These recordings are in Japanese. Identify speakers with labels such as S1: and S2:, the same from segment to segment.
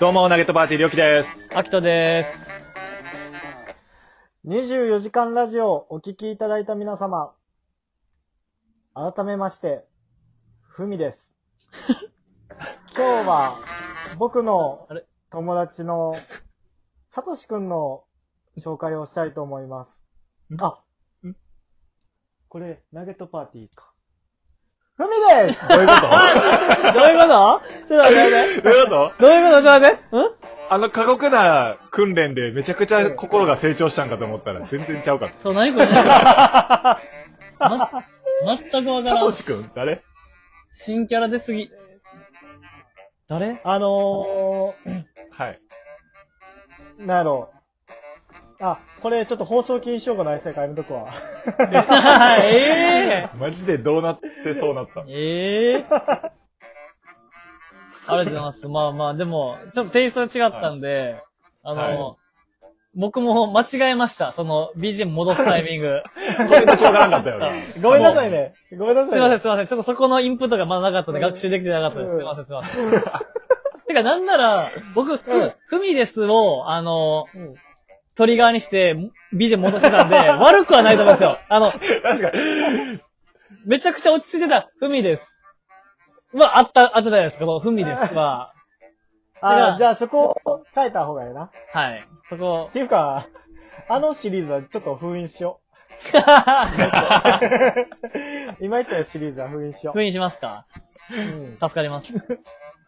S1: どうも、ナゲットパーティー、りょうきです。
S2: 秋田です。
S3: 24時間ラジオをお聞きいただいた皆様、改めまして、ふみ です。今日は、僕の
S2: あれ
S3: 友達の、さとしくんの紹介をしたいと思います。あ、これ、ナゲットパーティーか。ふみです
S1: どういうこと
S2: どういうことちょっと待って 待って。
S1: どういうこと
S2: どういうことちょっと待って。ん
S1: あの過酷な訓練でめちゃくちゃ心が成長したんかと思ったら全然ちゃうかった。
S2: そう、何これま、全くわか
S1: サ
S2: ら
S1: ト
S2: ん。
S1: シくん誰
S2: 新キャラ出すぎ。誰
S3: あの
S1: はい。
S3: ー、なんやろう。あ、これちょっと放送禁止用語ない世界のとこ は。
S2: え
S1: マジでどうなってそうなった
S2: え。ええありがとうございます。まあまあ、でも、ちょっとテイストが違ったんで、あ
S1: は
S2: の、僕も間違えました。その、BGM 戻すタイミ ング。
S1: ほんとしょうがなかったよね。
S3: ごめんなさいね。ごめんなさい、ね。
S2: すいません、すいません。ちょっとそこのインプットがまだなかったんで、学習できてなかったです。すいません、すいません。てか、なんなら、僕、ふ、ふみですを、あの、
S3: うん
S2: トリガーにして、BJ 戻してたんで、悪くはないと思うんですよ。あの、
S1: 確かに。
S2: めちゃくちゃ落ち着いてた、ふみです。は、あった、あったじゃないですか、そのふみですは。
S3: あ
S2: 違う
S3: あ、じゃあそこを変えた方がいいな。っ
S2: はい。そこ、
S3: ていうか、あのシリーズはちょっと封印しよ う。今言ったよシリーズは封印しよ
S2: 封印しますか
S3: う。うん、
S2: 助かります。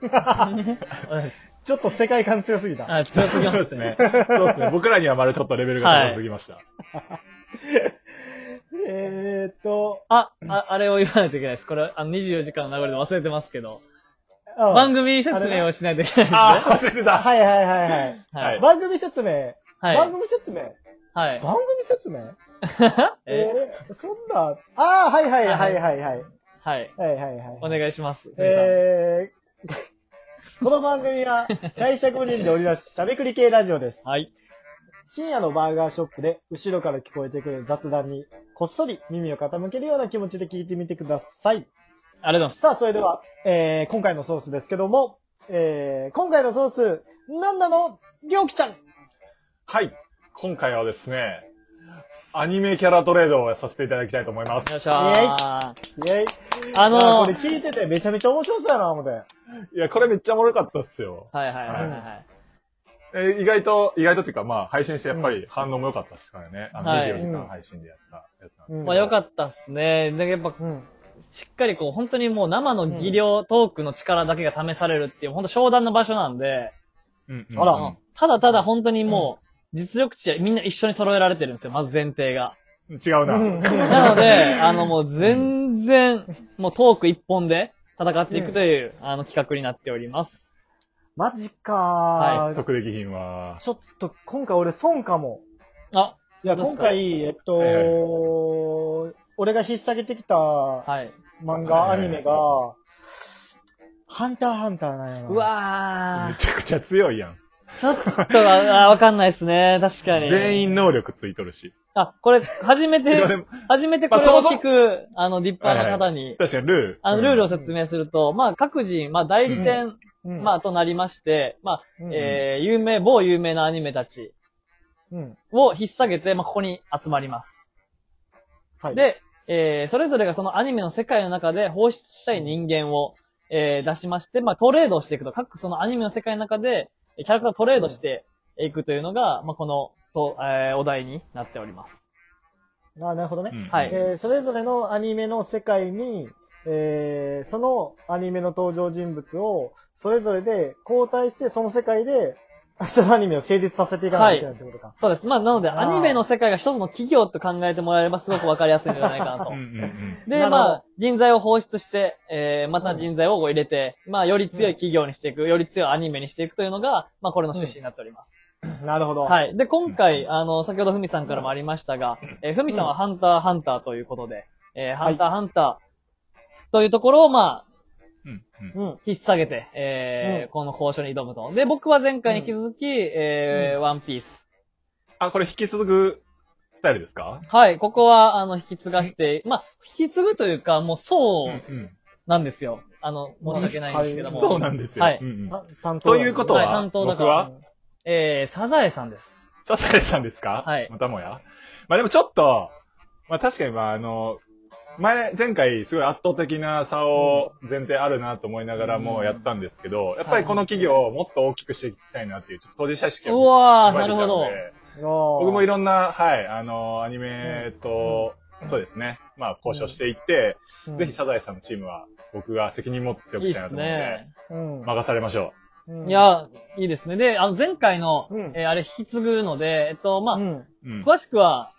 S2: お願いします
S3: ちょっと世界観強すぎた。
S2: あ、強すぎま
S1: そうですす
S2: ね
S1: ね。。そうですね。僕らにはまだちょっとレベルが高すぎました。
S3: えーっと、
S2: あ、あ、あれを言わないといけないです。これ、あの、24時間の流れで忘れてますけど。
S3: うん
S2: 番組説明をしないといけないですね。
S1: あー、忘れてた。
S3: はいはいはいはい。
S2: はいい。
S3: 番組説明、
S2: は
S3: 番
S2: い。
S3: 組説明
S2: はい。
S3: 番組説明
S2: え
S3: えー、そんな、ああ、はいはいはいはいはい。
S2: はい。
S3: はいはいはい。
S2: お願いします。
S3: えー、この番組は、会社5人で織り出すしゃべくり系ラジオです。
S2: はい。
S3: 深夜のバーガーショップで後ろから聞こえてくる雑談にこっそり耳を傾けるような気持ちで聞いてみてください。
S2: ありがとうございます。
S3: さあ、それでは、えー、今回のソースですけども、えー、今回のソース、なんなのりょうきちゃん
S1: はい。今回はですね、アニメキャラトレードをさせていただきたいと思います。
S2: よっしゃー。
S3: イェイ
S2: あの
S3: いやこ
S2: ー
S3: れ、聞いててめちゃめちゃ面白そうやな、思って。
S1: いや、これめっちゃおもろかったっすよ。
S2: はいはいはいはい。
S1: えー意外と、意外とっていうか、まあ、配信してやっぱり反応も良かったですからね。あの
S2: はい
S1: 24時間配信でやったやつなんで。
S3: うん
S2: まあよかったっすね。で、やっぱ、
S3: うん。
S2: しっかりこう、本当にもう生の技量、トークの力だけが試されるっていう、本当商談の場所なんで、
S1: うん
S3: あら
S1: うん
S2: ただただ本当にもう、実力値はみんな一緒に揃えられてるんですよ、まず前提が。
S1: 違うな。
S2: なの で、あのもう全然、もうトーク一本で戦っていくという、あの企画になっております。
S3: マジかー、
S2: は
S1: 特出来品は。
S3: ちょっと今回俺損かも。
S2: あ、
S3: いや、
S2: どうです
S3: 今
S2: か
S3: 回、えっと、
S1: はい
S3: 俺が引っ提げてきた
S2: はい。
S3: 漫
S1: は
S3: 画、
S1: い
S3: アニメが、ハンターハンターなんやな。
S2: うわ
S1: めちゃくちゃ強いやん。
S2: ー。ちょっとは、あーわかんないですね。確かに。
S1: 全員能力ついとるし。
S2: あ、これ、初め
S1: いやで
S2: て、
S1: も
S2: 初めてこれ
S1: まあ
S2: を
S1: そもそ
S2: 聞
S1: も
S2: く、あの、立派な方に、
S1: 確かにルー。
S2: あの、ルール
S1: を。
S2: を説明すると、まあ、各自、まあ、代理店、
S3: うん
S2: まあ、となりまして、まあ、
S3: うん
S2: えー、有名、某有名なアニメたち
S3: うん。
S2: を引っ提げて、まあ、ここに集まります。
S3: はい。、
S2: で、えー、それぞれがそのアニメの世界の中で放出したい人間を、えー、出しまして、まあ、トレードをしていくと、各そのアニメの世界の中で、キャラクターをトレードしていくというのが、まあ、この、と、えー、お題になっております。
S3: あなるほどね。
S1: うん
S2: はい
S3: えーそれぞれのアニメの世界に、えーそのアニメの登場人物を、それぞれで交代して、その世界で、そのアニメを成立させていかないといけないってことか。
S2: そうです。まあ、なので、
S3: あー
S2: アニメの世界が一つの企業と考えてもらえればすごくわかりやすいんじゃないかなと
S1: う ん。うんうん。
S3: な
S2: で、
S3: るほど
S2: まあ、人材を放出して、えー、また人材をこう入れて、まあ、より強い企業にしていく、より強いアニメにしていくというのが、まあ、これの趣旨になっております。
S3: なるほど。い。
S2: はい。で、今回、あの、先ほどふみさんからもありましたが、えー、ふみさんはハンター、ハンターということで、えー、ハンター、ハンターというところを、まあ、
S1: うんうん
S3: うん。
S2: 引っ提げて、えー
S3: うん
S2: この交渉に挑むと。で、僕は前回に引き続き、えーワンピース。
S1: あ、これ引き続くスタイルですか
S2: はい、ここは、あの、引き継がして、まあ、引き継ぐというか、もう、そう
S1: うん。
S2: なんですよ。あの、申し訳ないんですけども。
S1: そうなんですよ。
S2: はい
S1: うんうん
S3: た担当
S1: と
S3: だ
S1: いうこと
S2: はい
S1: は、
S2: 担当だ
S1: 僕
S2: から
S1: は、
S2: えー、サザエさんです。
S1: サザエさんですか
S2: はい
S1: またもや。まあでもちょっと、まあ確かにまああの、前、前回すごい圧倒的な差を前提あるなと思いながらもやったんですけど、やっぱりこの企業をもっと大きくしていきたいなっていう、ちょっと当事者意識
S2: う
S1: を
S2: わー、
S1: 芽
S2: な
S1: 生え
S2: る
S1: てき
S2: ほ
S1: たので
S2: ど。
S1: 僕
S3: 僕
S1: もいろんな、はい、あの、アニメと、そうですね。まあ、交渉していって、
S3: うん
S1: ぜひ、サザエさんのチームは、僕が責任持って強
S2: い
S1: く
S2: い
S1: し
S2: っ
S1: いな
S2: た
S1: と
S2: す
S1: 思うので、
S2: ね。
S3: うん
S1: 任されましょ
S2: い、や、いいですね。で、あの、前回の、
S3: うん
S2: えーあれ引き継ぐので、えっと、まあ、
S3: うん
S1: う。うん。
S2: 詳しくは、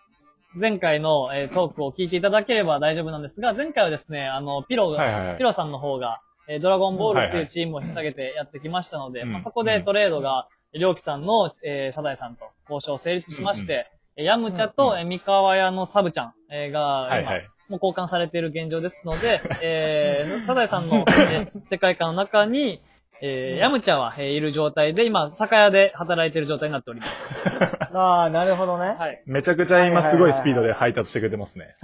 S2: 前回の、えートークを聞いていただければ大丈夫なんですが、前回はですね、あの、ピロが、
S1: はいはいはい
S2: ピロさんの方が、えードラゴンボー
S1: は
S2: ルって
S1: い
S2: い
S1: は
S2: う
S1: い
S2: チームを引っ提げてやってきましたので、
S1: うん
S2: まあ、そこでトレードが、りょうきさんの、えーサザエさんと交渉を成立しまして、えーヤムチャ
S1: うんう
S2: と、
S1: ん
S2: えー三河屋のサブちゃん、えーが、
S1: はい
S2: 今
S1: はい。
S2: もう交換されている現状ですの で、えー、サザエさんの、えー世界観の中に、えー、ヤムチャは、えーいる状態で、今、酒屋で働いている状態になっております。
S3: ああ、なるほどね。
S2: はい。
S1: めちゃくちゃ
S3: は
S1: 今
S3: いは
S1: す
S3: いは
S1: ご
S3: い
S1: いスピードで配達してくれてますね。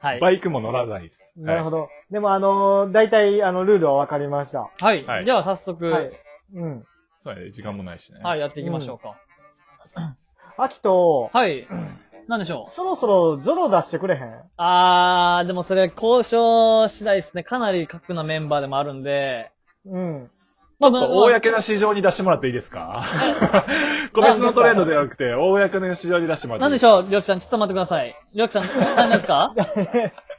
S2: はい。
S1: バイクも乗らないです。
S3: うんなるほど。でも、あのー、大体、あの、ルールは分かりました。
S2: はい。
S1: はい
S2: では、早速、は
S3: はいい、。うん。
S1: そうね時間もないしね。い。
S2: やっていきましょうか。
S3: 秋と、
S2: はい。なんでしょう。
S3: そろそろゾロ出してくれへん
S2: あー、でもそれ、交渉次第ですね。かなり格なメンバーでもあるんで、
S3: うん。
S2: まあ、
S1: 公な市場に出してもらっていいですか個別のトレードではなくて、公の市場に出してもら
S2: な
S1: っ
S2: ん
S1: てい
S2: で
S1: い
S2: しょう、りょうきさん、ちょっと待ってください。りょうきさん、何で すか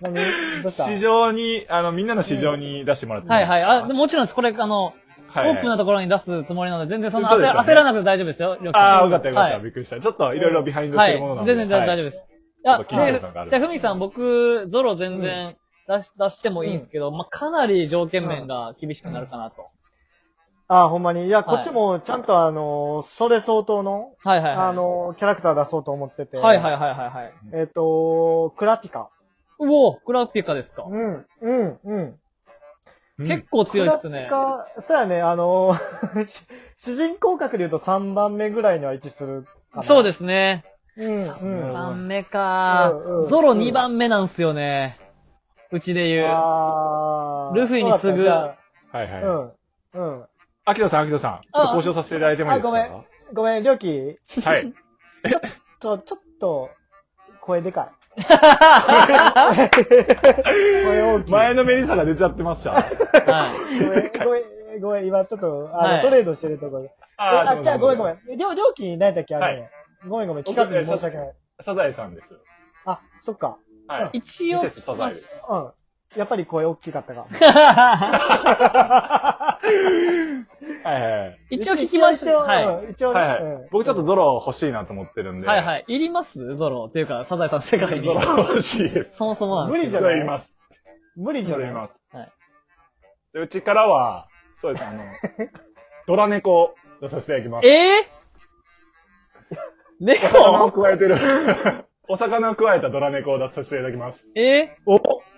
S3: 何どうした
S1: 市場に、あの、みんなの市場に出してもらって
S2: はいはい。あ、で
S1: も、
S2: もちろんです。これ、あの、
S1: はいはい
S2: オープンなところに出すつもりなので、全然そんな
S1: そう
S2: 焦,、
S1: ですよね
S2: らなくて大丈夫ですよ、りょうきさん。
S1: ああ、わかったよかった、
S2: はい
S1: びっくりした。ちょっといろいろビハインドし
S2: は
S1: て
S2: い
S1: るものなんで。
S2: 全然大丈
S1: 夫。
S2: 夫です。い
S1: はいちょ
S2: や、
S1: っと緊
S2: で
S1: 張感がある
S2: じゃあ、ふみさん、僕、ゾロ全然出し、出してもいいんですけど、まあ、かなり条件面が厳しくなるかなと。
S3: あーほんまに。いや、
S2: はい
S3: こっちも、ちゃんとあのー、それ相当の、
S2: はいはいはい。
S3: あのー、キャラクター出そうと思ってて。
S2: はいはいはいはいはい。
S3: えっ、とクラピカ。
S2: うおクラピカですか
S3: う、ん、うん、うん。
S1: うん
S2: 結構強いっすね
S3: ク。ラピカ、そうやね、あのー し主人公格で言うと3番目ぐらいには位置するかな。
S2: そう
S3: で
S2: ですね。
S3: す。うん、
S2: 2
S3: うん。
S2: 番目か
S3: うんうん。
S2: ゾロ2番目なんすよね。うちで言う。
S3: あー
S2: ルフィに次ぐ
S3: そうだった
S1: はいは
S3: じ
S1: い。
S3: ゃあうん。うん。
S1: 秋田さん、秋田さん、ちょっと交渉させていただいてもいいですか
S3: ああごめん、りょうき、
S1: はい。
S3: ちょ、ちょっと、声でかい。 声大きい。
S1: 前のめりさが出ちゃってま した。
S2: は
S3: ごめん、ごめん、ごめん、今ちょっと、あの、
S2: はい。
S3: トレードしてるところで。
S1: ー
S3: あ、じゃあごめんごめ。
S1: すいませ
S3: ん。りょう、りょうき、何だっけ、あれ、ごめんごめん、聞かずに申し訳ない。
S1: サザエさんです。
S3: あ、そっか。
S1: はいい。
S2: 一応
S1: ミセスサザエです
S3: うん。やっぱり声大きかったか。
S1: はいはいはい。
S2: 一応聞きまし
S3: 一応
S2: ょう。はい。
S3: うん一応ね。
S1: はい
S3: うん
S1: はい。僕ちょっとゾロ欲しいなと思ってるんで。
S2: はいはい。いりますゾロ。っていうか、サザエさん世界に
S1: ゾ。ロ欲しいです。
S2: そもそもなん
S3: 無
S2: で
S3: 理じ
S2: す
S1: ゾ
S3: ゃ
S1: ロ
S3: ない
S1: います。
S3: 無理じゃ
S1: ゾロ
S3: ない
S1: います。
S2: はい。
S1: でうちからは、そうです、あの、 ドラ猫を出させていただきます。
S2: えぇ
S1: お魚を
S2: 猫
S1: 加えてる。 お魚を加えたドラ猫を出させていただきます。
S2: え
S1: お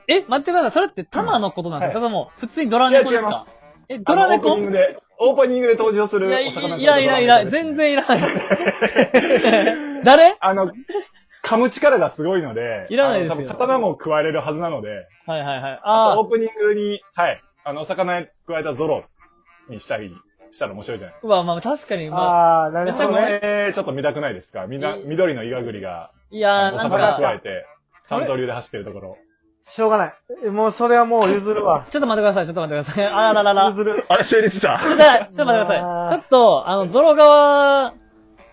S2: え、待ってください。それってタマのことなんですか、それとも、普通にドラ猫で
S1: い
S2: す
S1: や違い
S2: かえ、
S1: ド
S2: ド
S1: ラ
S2: ラ
S1: 猫オー
S2: 猫
S1: プニングで、オープニングで登場する
S2: い
S1: お
S2: や、
S1: 魚
S2: い
S1: たちの
S2: やいやいやいや、全。
S1: ドラ猫ですね
S2: 然いら ない。誰
S1: あの、噛む力がすごいので、
S2: いらないですよ
S1: あの多分刀も加えれるはずなので、
S2: はいはいはい。
S1: あと
S2: あ
S1: オープニングに、はい、あの、お魚加えたゾロにしたり、したら面白いじゃないですか。
S2: あ、うわ、まあ確かに、まあ、
S3: ああ、なるほ
S1: そ
S3: ど
S1: の
S3: ね。
S1: 絵、ちょっと見たくないですかみんな、
S2: いい
S1: 緑のイガグリが、
S2: いやー、
S1: お
S2: なん
S1: 魚
S2: か、
S1: 加えて、三刀流で走ってるところ。
S3: しょうがない。もうそれはもう譲るわ。
S2: ちょっと待ってください、ちょっと待ってください。あららら。ちょっ
S1: 譲る。あれ、成立した
S2: と待ってくだ
S3: ま
S2: さい。
S3: あ
S2: ちょっと、あの、ゾロ側、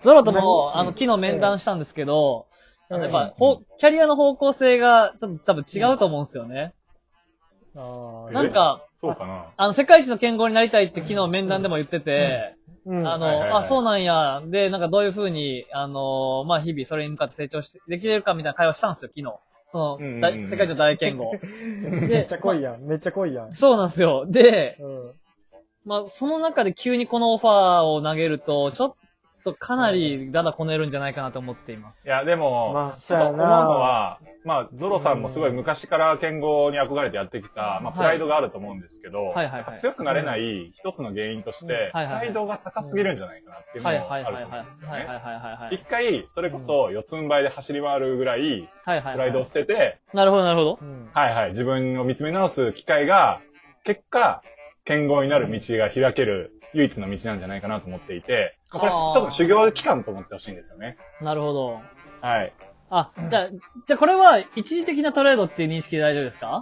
S2: ゾロとも、
S3: 何
S2: あの、昨日面談したんですけど、あのや
S1: う
S2: っ
S1: ん
S2: ぱ、ほキャリアの方向性が、ちょっと多分違うと思うんですよね。
S3: あー
S2: なんか、
S1: そうかな。
S2: あの、世界一の健康になりたいって昨日面談でも言ってて、
S3: うん
S1: は
S2: あ
S1: いはい
S2: の、
S1: はい
S2: あ、そうなんや。で、なんかどういうふうに、あの、まあ、日々それに向かって成長し、できれるかみたいな会話したんですよ、昨日。そ
S1: うんうんう
S2: の、
S1: ん
S2: 大世界一の大剣豪。
S3: めっちゃ濃いやん。めっちゃ濃いやん。
S2: そうなんですよ。で、
S3: うん。
S2: まあ、その中で急にこのオファーを投げると、ちょっとかなりダダこねるんじゃないかなと思っています。
S1: いや、でも、
S3: まあ
S1: ちょっと
S3: そうやな
S1: 思うのは、まあ、ゾロさんもすごい昔から剣豪に憧れてやってきた、まあ、プライドがあると思うんですけど、
S2: はいはいはい
S1: 強くなれない一つの原因として、
S2: うんはいはいはい
S1: プライドが高すぎるんじゃないかなっていうの
S2: はい
S1: もあ
S2: はい
S1: ると
S2: はいはい。
S1: 思う
S2: は
S1: ん
S2: い
S1: ですよ
S2: はい
S1: ね。
S2: はいはい。
S1: 一回、それこそ四つん這いで走り回るぐらい、
S2: はいは
S1: プ
S2: い。
S1: ライドを捨てて、
S2: なるほどなるほど
S3: う。ん。
S1: はいはい、自分を見つめ直す機会が、結果、剣豪になる道が開ける唯一の道なんじゃないかなと思っていて、まあこれ
S2: あー
S1: 多分修行期間と思ってほしいんですよね。
S2: なるほど。
S1: はい。
S2: あ、じゃあ、じゃあこれは一時的なトレードっていう認識で大丈夫ですか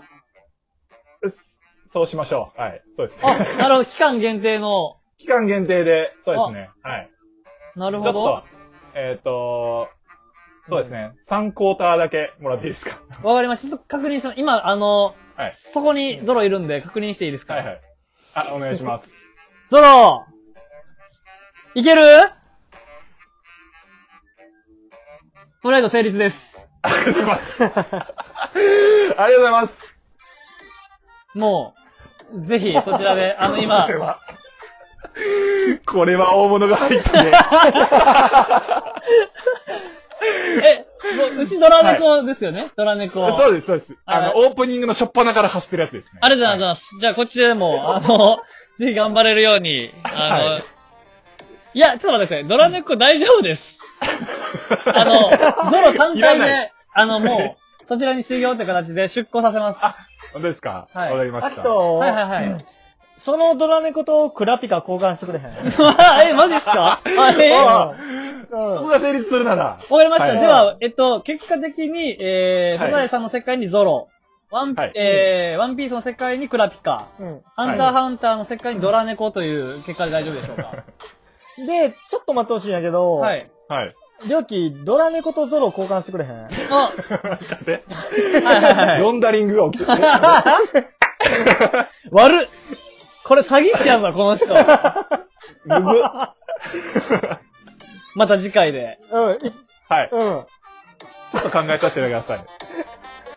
S1: そうしましょう。はい。そうです
S2: あ
S1: ね。、
S2: なるほど。期間限定の。
S1: 期間限定で、そうですね。はい。
S2: な
S1: ち
S2: る
S1: ょっ
S2: ほど。
S1: と
S2: わ、
S1: えっ、と、そうですね。3クォーターだけもらっていいですか。
S2: かりました。ちょっと確認します。今、あの、
S1: はい
S2: そこにゾロいるんで確認していいですか、
S1: はいはい。あ、お願いします。
S2: ゾロいけるトレード成立です。
S1: ありがとうございます。ありがとうございます。
S2: もう、ぜひ、そち らで、あの、今
S1: こ、れは、これは大物が入ったね。
S2: え、もううちドラ猫ですよね、ドラ 猫。
S1: そうです、そうです。あ
S2: は
S1: の、オープニングの初っ端から走ってるやつですね。
S2: ありがとうございます。じゃあ、こっちでも、あの、ぜひ頑張れるように、あの、
S1: はい
S2: い、や、ちょっと待ってください。ドラ猫大丈夫です。あの、ゾロ3
S1: いら
S2: 回
S1: な
S2: 目、あの、もう、そちらに修行という形で出向させます。は
S1: 本当ですか
S2: は
S1: わ
S2: い
S1: かりま
S3: あ
S1: した。
S2: い
S3: と、
S2: はいはい。
S3: そのドラ猫とクラピカ交換してくれへ ん。
S2: え、マジですかあえー
S1: あ
S3: うん
S1: そこが成立するなら。
S2: わかりました。
S1: はい
S2: では、えっと、結果的に、えー、
S1: は
S2: サ
S1: い
S2: ザエさんの世界にゾロ、ワン、
S1: はい
S2: えー、ワンピースの世界にクラピカ、
S3: うん。
S2: ハンターハンターの世界にドラ猫という結果で大丈夫でしょうか
S3: で、ちょっと待ってほしいんやけど、
S2: はい。
S1: はい。
S3: りょうき、ドラ猫とゾロ交換してくれへん。
S2: あ、
S1: 待って。
S2: はいはいはい。
S1: ロンダリングが起きてる。
S2: 悪っこれ詐欺師やぞ、この人。
S1: むずっは
S2: また次回で。
S3: うん、い
S1: い。
S3: うん。
S1: ちょっと考えさせてください。